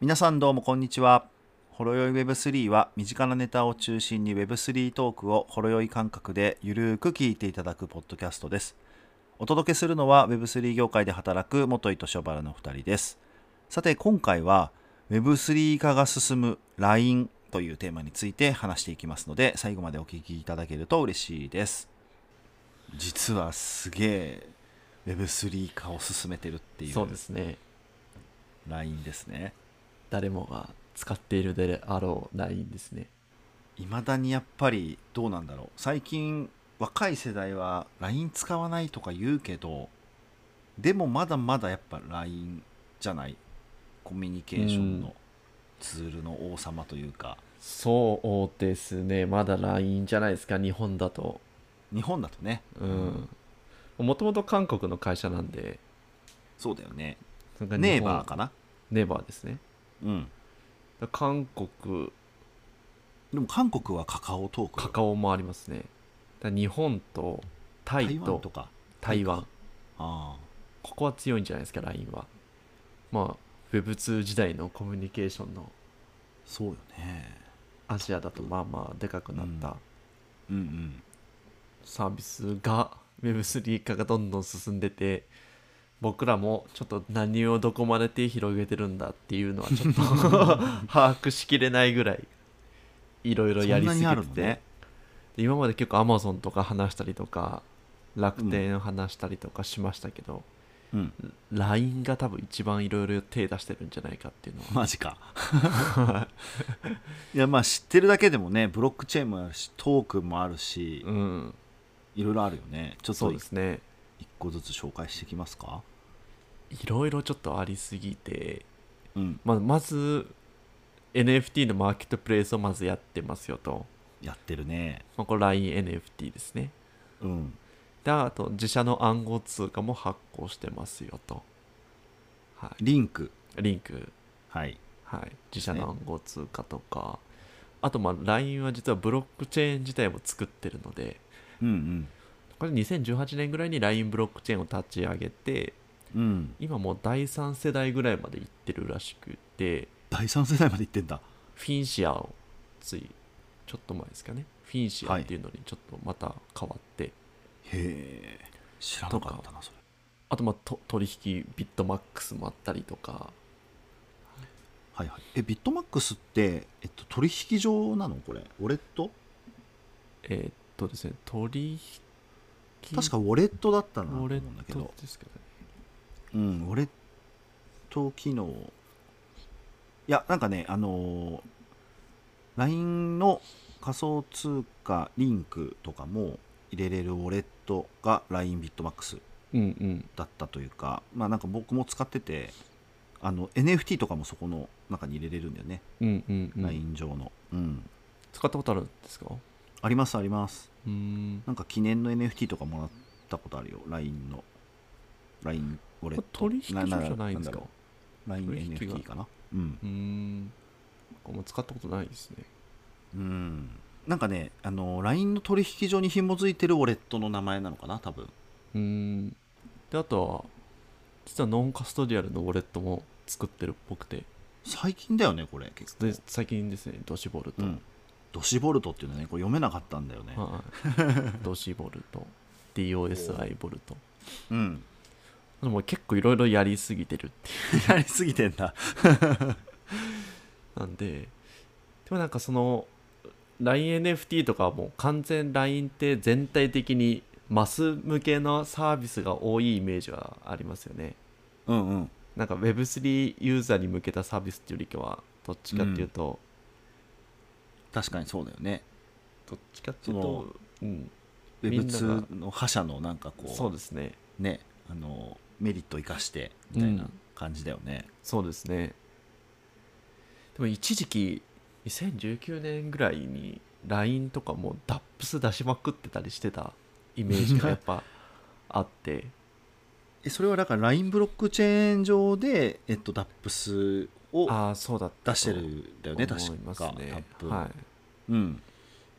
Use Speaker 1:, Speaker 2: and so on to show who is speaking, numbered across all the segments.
Speaker 1: 皆さんどうもこんにちは。ほろよい Web3 は身近なネタを中心に Web3 トークをほろよい感覚でゆるーく聞いていただくポッドキャストです。お届けするのは Web3 業界で働く元井と小原の2人です。さて今回は Web3 化が進む LINE というテーマについて話していきますので最後までお聞きいただけると嬉しいです。実はすげえ Web3 化を進めてるっていう
Speaker 2: そうですね
Speaker 1: LINE ですね。
Speaker 2: 誰もが使っているであろう LINE ですね
Speaker 1: いまだにやっぱりどうなんだろう最近若い世代は LINE 使わないとか言うけどでもまだまだやっぱ LINE じゃないコミュニケーション
Speaker 2: う
Speaker 1: のツールの王様というか、
Speaker 2: そうですねまだ LINE じゃないですか日本だと
Speaker 1: 日本だとね
Speaker 2: うんもともと韓国の会社なんで
Speaker 1: そうだよね
Speaker 2: なんか日本
Speaker 1: ネイバーかな
Speaker 2: ネイバーですね
Speaker 1: うん
Speaker 2: だから韓国
Speaker 1: でも韓国はカカオトーク
Speaker 2: カカオもありますねだから日本とタイ
Speaker 1: 台
Speaker 2: と
Speaker 1: 湾とか
Speaker 2: 台湾
Speaker 1: あ
Speaker 2: ここは強いんじゃないですか LINE はまあ Web2 時代のコミュニケーションの
Speaker 1: あそうよね
Speaker 2: アジアだとまあまあでかくなった、
Speaker 1: うんうんうん
Speaker 2: サービスが Web3 化がどんどん進んでて僕らもちょっと何をどこまで手広げてるんだっていうのはちょっと 把握しきれないぐらいいろいろやりすぎ
Speaker 1: そんなにあ
Speaker 2: て
Speaker 1: る
Speaker 2: て
Speaker 1: の、ね
Speaker 2: で今まで結構 Amazon とか話したりとか楽天話したりとかしましたけど、
Speaker 1: うん
Speaker 2: LINE が多分一番いろいろ手出してるんじゃないかっていうのは
Speaker 1: マジかいやまあ知ってるだけでもねブロックチェーンもあるしトークンもあるし、
Speaker 2: うん
Speaker 1: いろいろあるよねちょっ
Speaker 2: そ
Speaker 1: と
Speaker 2: うですね
Speaker 1: 一個ずつ紹介していきますか
Speaker 2: いろいろちょっとありすぎて
Speaker 1: うん
Speaker 2: まあ、まず NFT のマーケットプレイスをまずやってますよと、
Speaker 1: やってるね
Speaker 2: まあ、これ LINENFT ですね
Speaker 1: うん
Speaker 2: であと自社の暗号通貨も発行してますよと、は
Speaker 1: リンク
Speaker 2: い、リンク、
Speaker 1: はい
Speaker 2: はい、自社の暗号通貨とかあとまあ LINE は実はブロックチェーン自体も作ってるので
Speaker 1: うん
Speaker 2: これ2018年ぐらいに LINE ブロックチェーンを立ち上げて
Speaker 1: うんうん
Speaker 2: 今もう第3世代ぐらいまでいってるらしくて
Speaker 1: 第3世代までいってんだ
Speaker 2: フィンシアをついちょっと前ですかねフィンシアっていうのにちょっとまた変わって、
Speaker 1: へえ知らなかったなそれ
Speaker 2: あとまあと取引ビットマックスもあったりとか
Speaker 1: はいはいえビットマックスって、えっと、取引所なのこれウォレット
Speaker 2: えーっとですね取引
Speaker 1: 確かウォレットだったなと思
Speaker 2: ウ
Speaker 1: う
Speaker 2: ォ
Speaker 1: ん
Speaker 2: レ
Speaker 1: だ
Speaker 2: ッ
Speaker 1: けど
Speaker 2: トですけどね
Speaker 1: うん、ウォレット機能。いや、なんかね、あのー LINE の仮想通貨リンクとかも入れれるウォレットが LINE ビットマックス
Speaker 2: うんうん
Speaker 1: だったというか、まあなんか僕も使ってて、あの NFT とかもそこの中に入れれるんだよね、
Speaker 2: うんうんうん
Speaker 1: LINE 上の。うん。
Speaker 2: 使ったことあるんですかう
Speaker 1: ありますあります。
Speaker 2: ーん
Speaker 1: なんか記念の NFT とかもらったことあるよ、LINE の。LINE ウォレッ
Speaker 2: これ
Speaker 1: ト。
Speaker 2: 取引所じゃないんですか
Speaker 1: なな LINE
Speaker 2: 取引が
Speaker 1: NFT かな。うん。
Speaker 2: うーん僕も使ったことないですね
Speaker 1: うんなんかねあの LINE の取引所に紐づいてるウォレットの名前なのかな多分
Speaker 2: うーんであとは実はノンカストディアルのウォレットも作ってるっぽくて
Speaker 1: 最近だよねこれ結構
Speaker 2: で最近ですねドシボルト、
Speaker 1: うん、ドシボルトっていうのねこれ読めなかったんだよね、
Speaker 2: はい、ドシボルト DOSI ボルト
Speaker 1: うん
Speaker 2: でも結構いろいろやりすぎてるってい
Speaker 1: やりすぎてんだ
Speaker 2: うなんででもなんかその LINENFT とかはもう完全 LINE って全体的にマス向けのサービスが多いイメージはありますよね
Speaker 1: うんうん
Speaker 2: なんか Web3 ユーザーに向けたサービスっていうよりかはどっちかっていうと、
Speaker 1: 確かにそうだよね
Speaker 2: どっちかっていうと、うん、みんなが
Speaker 1: Web2 の覇者のなんかこ
Speaker 2: そう
Speaker 1: う
Speaker 2: ですね
Speaker 1: ねあのメリット生かしてみたいな
Speaker 2: うん
Speaker 1: 感じだよね、
Speaker 2: そうですねでも一時期2019年ぐらいに LINE とかもうダップス出しまくってたりし てたイメージがやっぱあって
Speaker 1: えそれはだから LINE ブロックチェーン上で、えっと、DAPS を
Speaker 2: ああそうだった
Speaker 1: 出してるんだよね
Speaker 2: と
Speaker 1: 確
Speaker 2: 思います
Speaker 1: か
Speaker 2: ね
Speaker 1: DAP
Speaker 2: は
Speaker 1: うん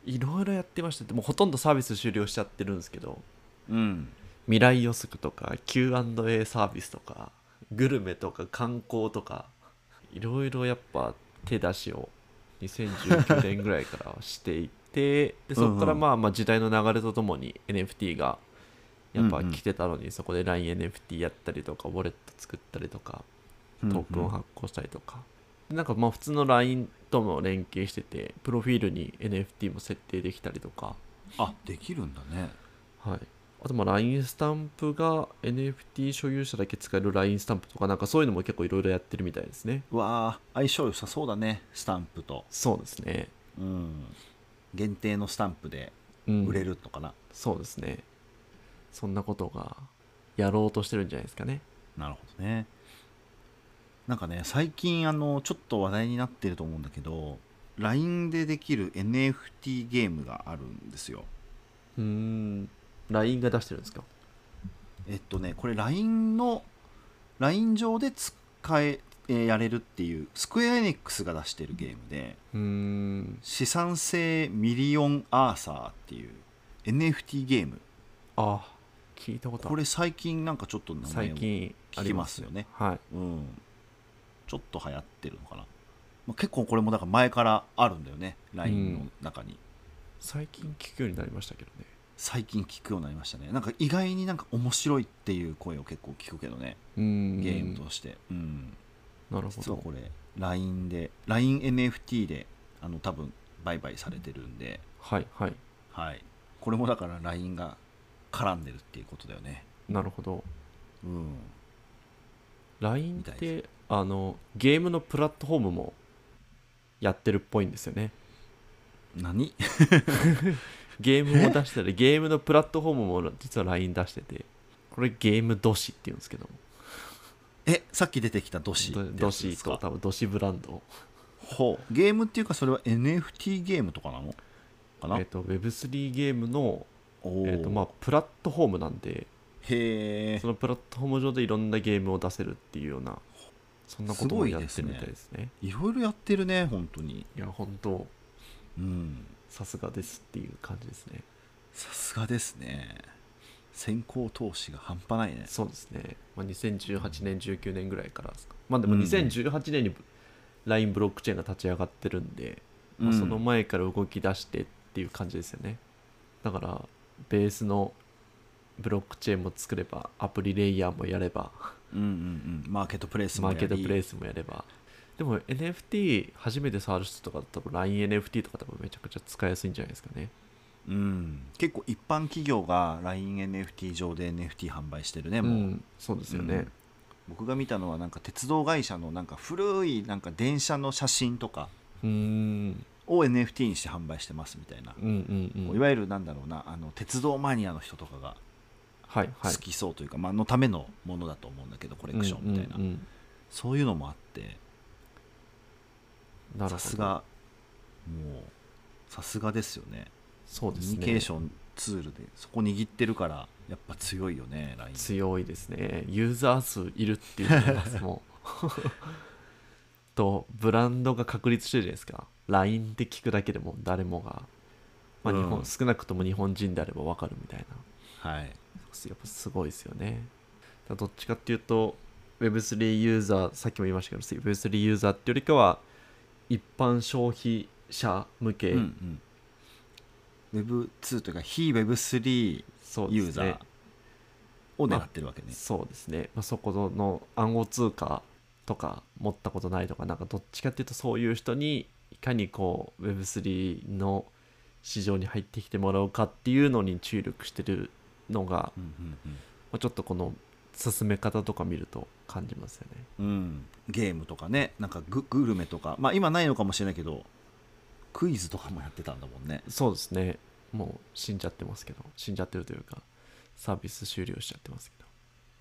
Speaker 2: いいろいろやってましたでもほとんどサービス終了しちゃってるんですけど
Speaker 1: うん
Speaker 2: 未来予測とか Q&A サービスとかグルメとか観光とかいろいろやっぱ手出しを2019年ぐらいからしてい てでそこか
Speaker 1: う
Speaker 2: ら
Speaker 1: んうん
Speaker 2: まあまあ時代の流れとともに NFT がやっ
Speaker 1: う
Speaker 2: ぱ
Speaker 1: んうん
Speaker 2: 来てたのにそこで LINENFT やったりとかウォレット作ったりとか
Speaker 1: うん
Speaker 2: トークンを発行したりとか、でなんかまあ普通の LINE とも連携しててプロフィールに NFT も設定できたりとか、
Speaker 1: あできるんだね
Speaker 2: はい、あとまあ LINE スタンプが NFT 所有者だけ使える LINE スタンプとかなんかそういうのも結構いろいろやってるみたいですね
Speaker 1: わあ相性良さそうだねスタンプと
Speaker 2: そうですね、
Speaker 1: うん限定のスタンプで
Speaker 2: うん、
Speaker 1: 売れるとかな、
Speaker 2: そうですねそんなことがやろうとしてるんじゃないですかね
Speaker 1: なるほどねなんかね最近あのちょっと話題になってると思うんだけど LINE でできる NFT ゲームがあるんですよ
Speaker 2: うーん LINE が出してるんですか
Speaker 1: えっとねこれ LINE の LINE 上で使ええーやれるっていうスクエアエニックスが出してるゲームで
Speaker 2: うーん
Speaker 1: 資産性ミリオンアーサーっていう NFT ゲーム
Speaker 2: あ聞いたことあ
Speaker 1: こ
Speaker 2: る
Speaker 1: れ最近なんかちょっと名前
Speaker 2: 最
Speaker 1: を
Speaker 2: 近あ
Speaker 1: 聞きますよね
Speaker 2: はい
Speaker 1: うん、ちょっと流行ってるのかな、まあ、結構これもだから前からあるんだよね LINE の中に、
Speaker 2: 最近聞くようになりましたけどね
Speaker 1: 最近聞くようになりましたねなんか意外になんか面白いっていう声を結構聞くけどね
Speaker 2: うーん
Speaker 1: ゲームとしてうん
Speaker 2: なるほ
Speaker 1: 実は
Speaker 2: ど
Speaker 1: これ LINE で LINENFT であの多分売買されてるんで、
Speaker 2: はいはい
Speaker 1: はい、これもだから LINE が絡んでるっていうことだよね
Speaker 2: なるほど
Speaker 1: うん
Speaker 2: LINE
Speaker 1: み
Speaker 2: った
Speaker 1: い
Speaker 2: てあのゲームのプラットフォームもやってるっぽいんですよね
Speaker 1: 何
Speaker 2: ゲームを出したりゲームのプラットフォームも実は LINE 出しててこれゲームドシって言うんですけど
Speaker 1: えさっき出てきたドシってやつ
Speaker 2: ドシ
Speaker 1: です
Speaker 2: と
Speaker 1: か
Speaker 2: 多分ドシブランド
Speaker 1: ほうゲームっていうかそれは NFT ゲームとかなのかな、
Speaker 2: えっと Web3 ゲームの、
Speaker 1: お
Speaker 2: え
Speaker 1: ー
Speaker 2: っとまあ、プラットフォームなんで
Speaker 1: へえ
Speaker 2: そのプラットフォーム上でいろんなゲームを出せるっていうようなそんなこ
Speaker 1: す
Speaker 2: と
Speaker 1: ご
Speaker 2: も
Speaker 1: い
Speaker 2: やっ
Speaker 1: です
Speaker 2: て
Speaker 1: ね
Speaker 2: るみたいですね
Speaker 1: いろいろやってるね本当に
Speaker 2: いや本当
Speaker 1: うん
Speaker 2: さすがですっていう感じですね
Speaker 1: さすがですね先行投資が半端ないね
Speaker 2: そうですね、まあ、2018年19年ぐらいからですかまあでも
Speaker 1: うん
Speaker 2: 2018年に LINE ブロックチェーンが立ち上がってるんで、まあ
Speaker 1: うん
Speaker 2: その前から動き出してっていう感じですよねだからベースのブロックチェーンも作ればアプリレイヤーもやれば
Speaker 1: うんうんうんマーケットプレイスも
Speaker 2: マ
Speaker 1: や
Speaker 2: ー
Speaker 1: り
Speaker 2: ケットプレイスもやればでも NFT 初めて触る人とかだと多分 LINENFT とか多分めちゃくちゃ使いやすいんじゃないですかね
Speaker 1: うん結構一般企業が LINENFT 上で NFT 販売してるね
Speaker 2: で
Speaker 1: もう、
Speaker 2: そうですよ
Speaker 1: う
Speaker 2: ね
Speaker 1: ん、僕が見たのはなんか鉄道会社のなんか古いなんか電車の写真とか
Speaker 2: うーん、
Speaker 1: を NFT にして販売してますみたいな、
Speaker 2: うんうんう
Speaker 1: い
Speaker 2: ん
Speaker 1: わゆるなんだろうなあの鉄道マニアの人とかが
Speaker 2: はいは
Speaker 1: 好
Speaker 2: い
Speaker 1: きそうというか、まあのためのものだと思うんだけどコレクションみたいな、
Speaker 2: うんうんうん
Speaker 1: そういうのもあって
Speaker 2: なるほど
Speaker 1: さすがもうさすがですよね
Speaker 2: そう
Speaker 1: コ
Speaker 2: で
Speaker 1: ミ
Speaker 2: す
Speaker 1: ュニケー
Speaker 2: ね
Speaker 1: ションツールでそこ握ってるからやっぱ強いよね LINE
Speaker 2: 強いですねユーザー数いるっていうのがまずもうとブランドが確立してるじゃないですか LINE って聞くだけでも誰もが、まあ日本
Speaker 1: うん
Speaker 2: 少なくとも日本人であれば分かるみたいな
Speaker 1: はい
Speaker 2: やっぱすごいですよねだからどっちかっていうと Web3 ユーザーさっきも言いましたけど Web3 ユーザーってよりかは一般消費者向け、
Speaker 1: うんうん、Web2 というか非 Web3
Speaker 2: そうですね
Speaker 1: ユーザーを狙ってるわけね、
Speaker 2: そうですね、まあ、そこの暗号通貨とか持ったことないとかなんかどっちかっていうとそういう人にいかにこう Web3 の市場に入ってきてもらうかっていうのに注力してるのが、
Speaker 1: うん
Speaker 2: まあちょっとこの進め方とか見ると感じますよね
Speaker 1: うんうんゲームとかねなんかググルメとかまあ今ないのかもしれないけどクイズとかもやってたんだもんね
Speaker 2: そうですねもう死んじゃってますけど死んじゃってるというかサービス終了しちゃってますけど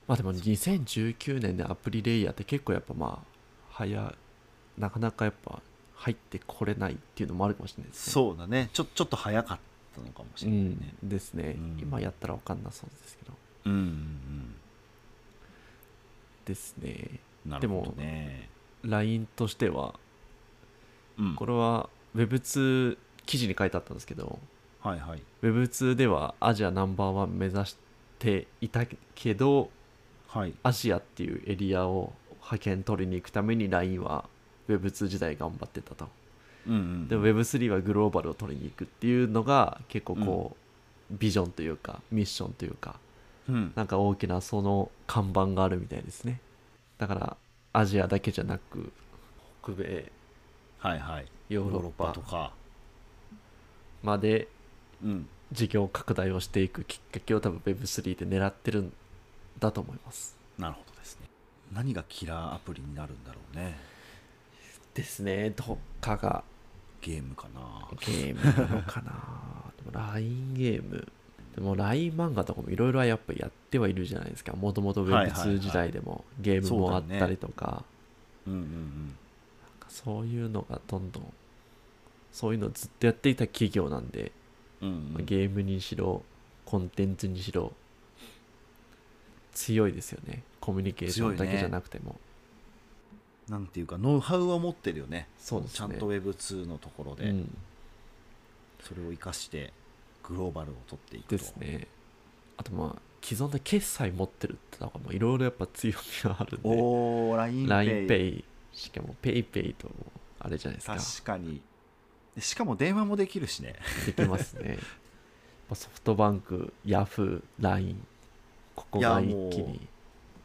Speaker 2: まあでも2019年でアプリレイヤーって結構やっぱまあ早なかなかやっぱ入ってこれないっていうのもあるかもしれないですね
Speaker 1: そうだねちょちょっと早かったのかもしれ
Speaker 2: う
Speaker 1: ないね、
Speaker 2: んですね、
Speaker 1: うん
Speaker 2: 今やったら分かんなそうですけど
Speaker 1: うんうん
Speaker 2: ですね
Speaker 1: うんなるほどね
Speaker 2: LINE としては
Speaker 1: うん
Speaker 2: これは Web2 記事に書いてあったんですけど
Speaker 1: はいはい
Speaker 2: Web2 ではアジアナンバーワン目指していたけど
Speaker 1: はい
Speaker 2: アジアっていうエリアを派遣取りに行くために LINE は Web2 時代頑張ってたと
Speaker 1: うんうん
Speaker 2: でも Web3 はグローバルを取りに行くっていうのが結構こう、ビジョンというかミッションというか
Speaker 1: うん
Speaker 2: なんか大きなその看板があるみたいですねだからアジアだけじゃなく北米
Speaker 1: はいはい
Speaker 2: ヨーロッパ
Speaker 1: とか
Speaker 2: まで
Speaker 1: うん
Speaker 2: 事業拡大をしていくきっかけを多分 Web3 で狙ってるんだと思います
Speaker 1: なるほどですね何がキラーアプリになるんだろうね
Speaker 2: ですねどっかが
Speaker 1: ゲームかな
Speaker 2: ゲームなの かなでも LINE ゲームでも LINE 漫画とかもいろいろやっぱやってはいるじゃないですかもともと
Speaker 1: はいはいはい
Speaker 2: Web2 時代でもゲームもあったりとか
Speaker 1: うんうんうん
Speaker 2: なんかそういうのがどんどんそういうのをずっとやっていた企業なんで、
Speaker 1: うん
Speaker 2: ま
Speaker 1: う
Speaker 2: あ
Speaker 1: ん、
Speaker 2: ゲームにしろコンテンツにしろ強いですよねコミュニケーションだけじゃなくても、
Speaker 1: なんていうかノウハウは持ってるよね
Speaker 2: そうですね
Speaker 1: ちゃんと Web2 のところで、
Speaker 2: うん、
Speaker 1: それを生かしてグローバルを取っていくと
Speaker 2: ですねあとまあ既存で決済持ってるってのがいろいろやっぱ強みがあるんで
Speaker 1: おお LINEPay
Speaker 2: LINEPay しかも PayPay ともあれじゃないですか
Speaker 1: 確かにでしかも電話もできるしね
Speaker 2: できますねまあソフトバンク YahooLINE ここが
Speaker 1: い
Speaker 2: 一
Speaker 1: やもう
Speaker 2: 気に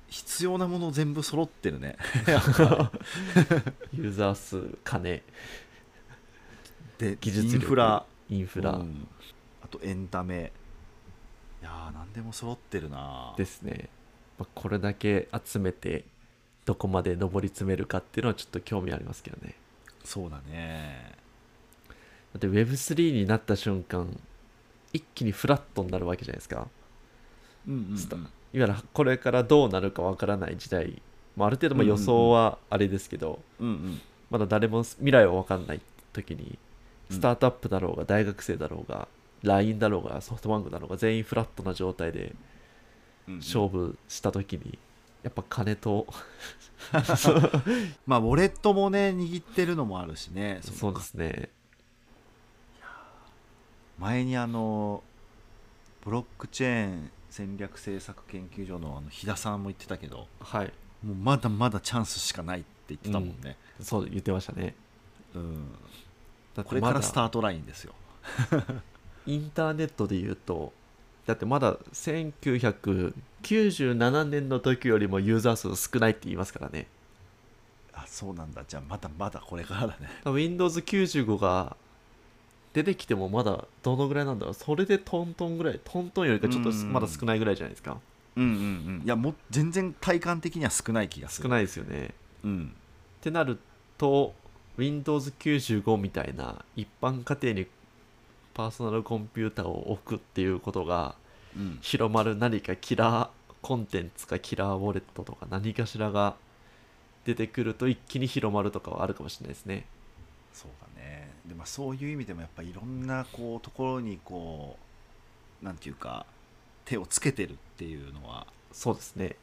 Speaker 1: 必要なもの全部揃ってるね
Speaker 2: ユーザー数金
Speaker 1: で
Speaker 2: 技術
Speaker 1: イン
Speaker 2: 力
Speaker 1: フラ
Speaker 2: インフラ
Speaker 1: うんあとエンタメいやー何でも揃ってるな
Speaker 2: ですね、まあ、これだけ集めてどこまで上り詰めるかっていうのはちょっと興味ありますけどね
Speaker 1: そうだね
Speaker 2: だって Web3 になった瞬間一気にフラットになるわけじゃないですか
Speaker 1: うんうん、
Speaker 2: スタいわゆるこれからどうなるかわからない時代、まあ、ある程度まあ予想はあれですけど、
Speaker 1: うんうん
Speaker 2: まだ誰も未来は分かんない時に
Speaker 1: うん
Speaker 2: スタートアップだろうが大学生だろうが LINE だろうがソフトバンクだろうが全員フラットな状態で
Speaker 1: うんうん
Speaker 2: 勝負した時にやっぱ金と
Speaker 1: まあウォレットもね握ってるのもあるしねその
Speaker 2: そうですね
Speaker 1: 前にあのブロックチェーン戦略政策研究所のあの日田さんも言ってたけど
Speaker 2: はい
Speaker 1: もうまだまだチャンスしかないって言ってたもんね、
Speaker 2: そう言ってましたね
Speaker 1: うん
Speaker 2: だって
Speaker 1: これ
Speaker 2: ま
Speaker 1: から
Speaker 2: だ
Speaker 1: スタートラインですよ
Speaker 2: インターネットで言うとだってまだ1997年の時よりもユーザー数少ないって言いますからね
Speaker 1: あそうなんだじゃあまだまだこれからだね
Speaker 2: Windows95 が出てきてもまだどのぐらいなんだろうそれでトントンぐらいトントンよりかちょっと
Speaker 1: うん
Speaker 2: まだ少ないぐらいじゃないですか
Speaker 1: うんうんうんいやもう全然体感的には少ない気がする
Speaker 2: 少ないですよね
Speaker 1: うん
Speaker 2: ってなると Windows95 みたいな一般家庭にパーソナルコンピューターを置くっていうことが
Speaker 1: うん
Speaker 2: 広まる何かキラーコンテンツかキラーウォレットとか何かしらが出てくると一気に広まるとかはあるかもしれないですね
Speaker 1: そうだねで、まあ、そういう意味でもやっぱいろんなこうところにこうなんていうか手をつけてるっていうのは
Speaker 2: そうですね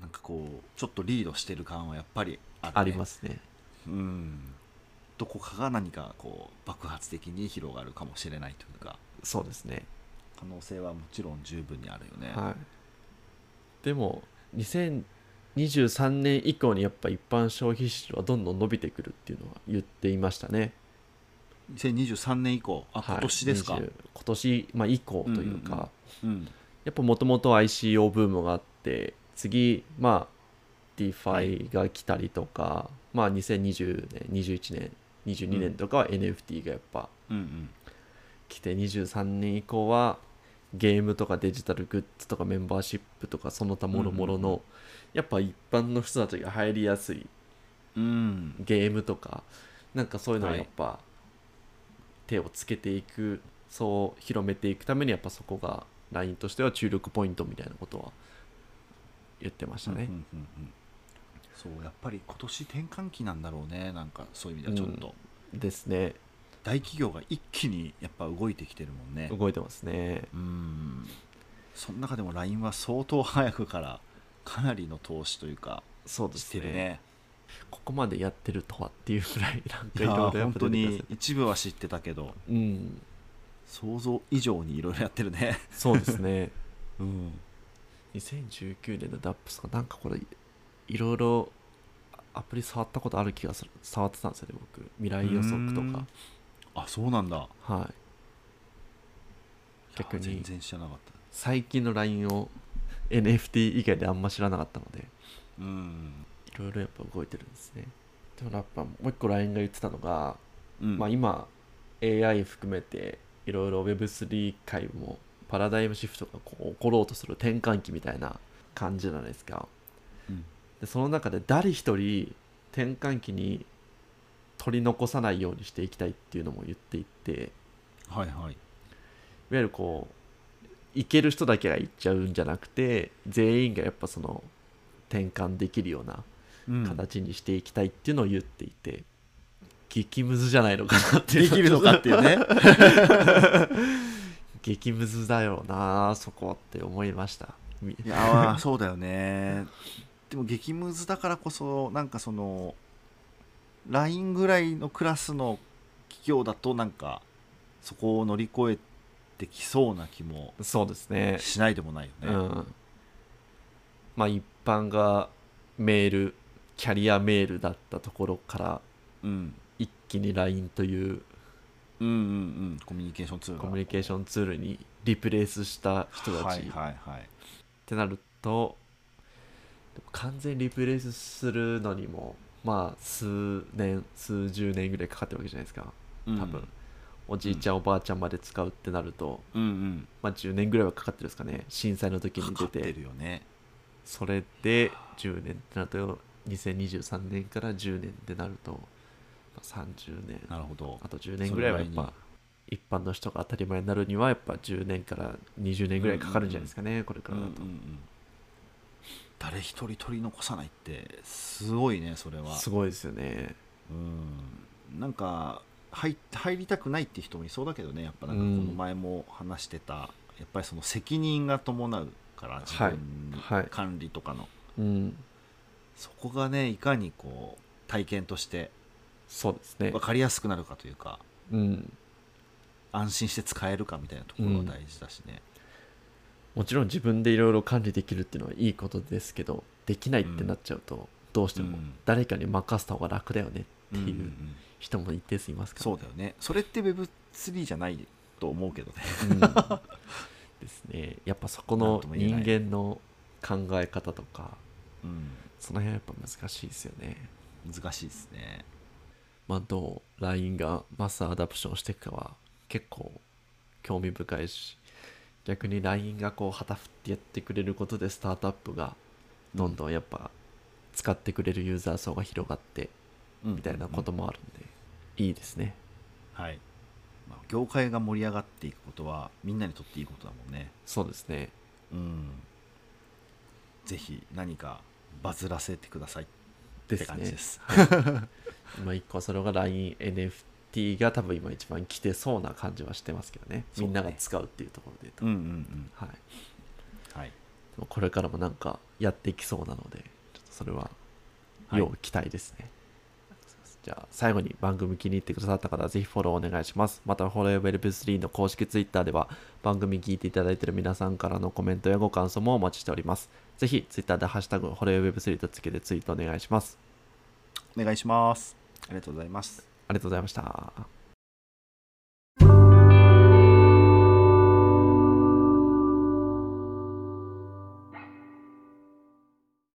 Speaker 1: なんかこうちょっとリードしてる感はやっぱりある、ね、、
Speaker 2: ありますすね
Speaker 1: うん、どこかが何かこう爆発的に広がるかもしれないというか
Speaker 2: そうですね
Speaker 1: 可能性はもちろん十分にあるよね、
Speaker 2: はい、でも2023年以降にやっぱ一般消費市場はどんどん伸びてくるっていうのは言っていましたね。
Speaker 1: 2023年以降あ
Speaker 2: はい
Speaker 1: 今年ですか、
Speaker 2: 20今年、まあ、以降というか、
Speaker 1: うんうんうん
Speaker 2: やっぱもともと ICO ブームがあって次まあ DeFi が来たりとか、まあ2020年21年22年とかは NFT がやっぱ
Speaker 1: うんうん
Speaker 2: 来て23年以降はゲームとかデジタルグッズとかメンバーシップとかその他もろも
Speaker 1: う
Speaker 2: ろ
Speaker 1: んうん
Speaker 2: のやっぱ一般の人たちが入りやすい
Speaker 1: うん
Speaker 2: ゲームとかなんかそういうの
Speaker 1: は
Speaker 2: はいやっぱ手をつけていくそう広めていくためにやっぱそこが LINE としては注力ポイントみたいなことは言ってましたね
Speaker 1: うんうんうんうんそうやっぱり今年転換期なんだろうねなんかそういう意味ではちょっと、
Speaker 2: うですね
Speaker 1: 大企業が一気にやっぱ動いてきてるもんね
Speaker 2: 動いてますね
Speaker 1: うんその中でも LINE は相当早くからかなりの投資というか
Speaker 2: そうで
Speaker 1: し
Speaker 2: す
Speaker 1: て
Speaker 2: ね
Speaker 1: るね
Speaker 2: ここままでやってるとはっていうぐらいなん
Speaker 1: い
Speaker 2: か
Speaker 1: や
Speaker 2: いろいろ
Speaker 1: ー
Speaker 2: やっ
Speaker 1: 本
Speaker 2: ぱ
Speaker 1: 当
Speaker 2: 出てきます
Speaker 1: に
Speaker 2: よ
Speaker 1: 一部は知ってたけど
Speaker 2: うん
Speaker 1: 想像以上にいろいろやってるね
Speaker 2: そうですね
Speaker 1: うん
Speaker 2: 2019年のダップスがなんかこれいろいろアプリ触ったことある気がする触ってたんですよね僕未来予測とか
Speaker 1: あそうなんだ
Speaker 2: はい
Speaker 1: い
Speaker 2: 逆
Speaker 1: や全
Speaker 2: に
Speaker 1: 然知らなかった
Speaker 2: 最近の LINE を NFT 以外であんま知らなかったので
Speaker 1: うん
Speaker 2: いろいろやっぱ動いてるんですねでもやっぱもう一個 LINE が言ってたのが、
Speaker 1: うん
Speaker 2: まあ今 AI 含めていろいろ Web3 界もパラダイムシフトがこう起ころうとする転換期みたいな感じじゃないですか
Speaker 1: うん
Speaker 2: でその中で誰一人転換期に取り残さないようにしていきたいっていうのも言っていてい
Speaker 1: はいはい
Speaker 2: わゆるこう行ける人だけが行っちゃうんじゃなくて全員がやっぱその転換できるような
Speaker 1: うん
Speaker 2: 形にしていきたいっていうのを言っていて、激ムズじゃないのかなっていう
Speaker 1: できるのかっていう ね
Speaker 2: 激ムズだよなそこって思いましたみ
Speaker 1: いやーそうだよねでも激ムズだからこそなんかその LINE ぐらいのクラスの企業だとなんかそこを乗り越えてきそうな気も
Speaker 2: そうですね
Speaker 1: しないでもないよ
Speaker 2: う
Speaker 1: ね、
Speaker 2: んまあ一般がメールキャリアメールだったところから
Speaker 1: うん、
Speaker 2: 一気に LINE という
Speaker 1: うんうんうんコミュニケーションツール
Speaker 2: コミュニケーションツールにリプレイスした人
Speaker 1: はい
Speaker 2: たち、
Speaker 1: はいはい
Speaker 2: ってなるとでも完全にリプレイスするのにもまあ数年数十年ぐらいかかってるわけじゃないですか
Speaker 1: う
Speaker 2: 多
Speaker 1: ん
Speaker 2: 分、おじいちゃん、おばあちゃんまで使うってなると
Speaker 1: うんうん
Speaker 2: まあ10年ぐらいはかかってるんですかね震災の時に
Speaker 1: か
Speaker 2: 出
Speaker 1: かっててるよね
Speaker 2: それで10年ってなると2023年から10年ってなると、まあ、30年
Speaker 1: なるほど
Speaker 2: あと10年ぐらいはやっ
Speaker 1: それぐら
Speaker 2: ぱ一般の人が当たり前になるにはやっぱ10年から20年ぐらいかかるんじゃないですかね、これか
Speaker 1: うん
Speaker 2: ら
Speaker 1: うん
Speaker 2: だ
Speaker 1: う
Speaker 2: と、
Speaker 1: ん誰一人取り残さないってすごいねそれは
Speaker 2: すごいですよね
Speaker 1: うんなんか入っ入りたくないって人もいそうだけどねやっぱなんかこ
Speaker 2: うん
Speaker 1: の前も話してた、やっぱりその責任が伴うから自分の
Speaker 2: はい
Speaker 1: 管理とかの、
Speaker 2: うん
Speaker 1: そこがねいかにこう体験として
Speaker 2: そうですね
Speaker 1: 分かりやすくなるかというか
Speaker 2: うん
Speaker 1: 安心して使えるかみたいなところが大事だしね、
Speaker 2: もちろん自分でいろいろ管理できるっていうのはいいことですけどできないってなっちゃうと、どうしても
Speaker 1: うん
Speaker 2: 誰かに任せた方が楽だよね
Speaker 1: うん
Speaker 2: って
Speaker 1: うんう
Speaker 2: いうん人も一定数いますから、
Speaker 1: そうだよねそれって Web3 じゃないと思うけどね
Speaker 2: うんですねやっぱそこ
Speaker 1: なん
Speaker 2: の
Speaker 1: とも言え
Speaker 2: 人
Speaker 1: ない
Speaker 2: 間の考え方とか
Speaker 1: うん
Speaker 2: その辺はやっぱ難しいですよね
Speaker 1: 難しいですね
Speaker 2: まあどう LINE がマスアダプションしていくかは結構興味深いし逆に LINE がこう旗振ってやってくれることでスタートアップがどんどんやっぱ使ってくれるユーザー層が広がってみ
Speaker 1: み
Speaker 2: たいなこともあるんで、いいですね
Speaker 1: はい、まあ、業界が盛り上がっていくことはみんなにとっていいことだもんね
Speaker 2: そうですね
Speaker 1: うんぜひ何かバズらせてください
Speaker 2: で
Speaker 1: って
Speaker 2: す
Speaker 1: 感
Speaker 2: ね
Speaker 1: じです
Speaker 2: 今一個はそれが LINENFT が多分今一番来てそうな感じはしてますけどね
Speaker 1: そうね
Speaker 2: みんなが使うっていうところで言うと、
Speaker 1: うんうんうん
Speaker 2: はい、で
Speaker 1: はい
Speaker 2: もこれからもなんかやっていきそうなのでちょっとそれは
Speaker 1: はい
Speaker 2: 要期待ですね、じゃあ最後に番組気に入ってくださった方はぜひフォローお願いしますまたフォローウェブ3の公式 Twitter では番組聞いていただいている皆さんからのコメントやご感想もお待ちしておりますぜひ Twitter でハッシュタグフォローウェブ3とつけてツイートお願いします
Speaker 1: お願いしますありがとうございます
Speaker 2: ありがとうございました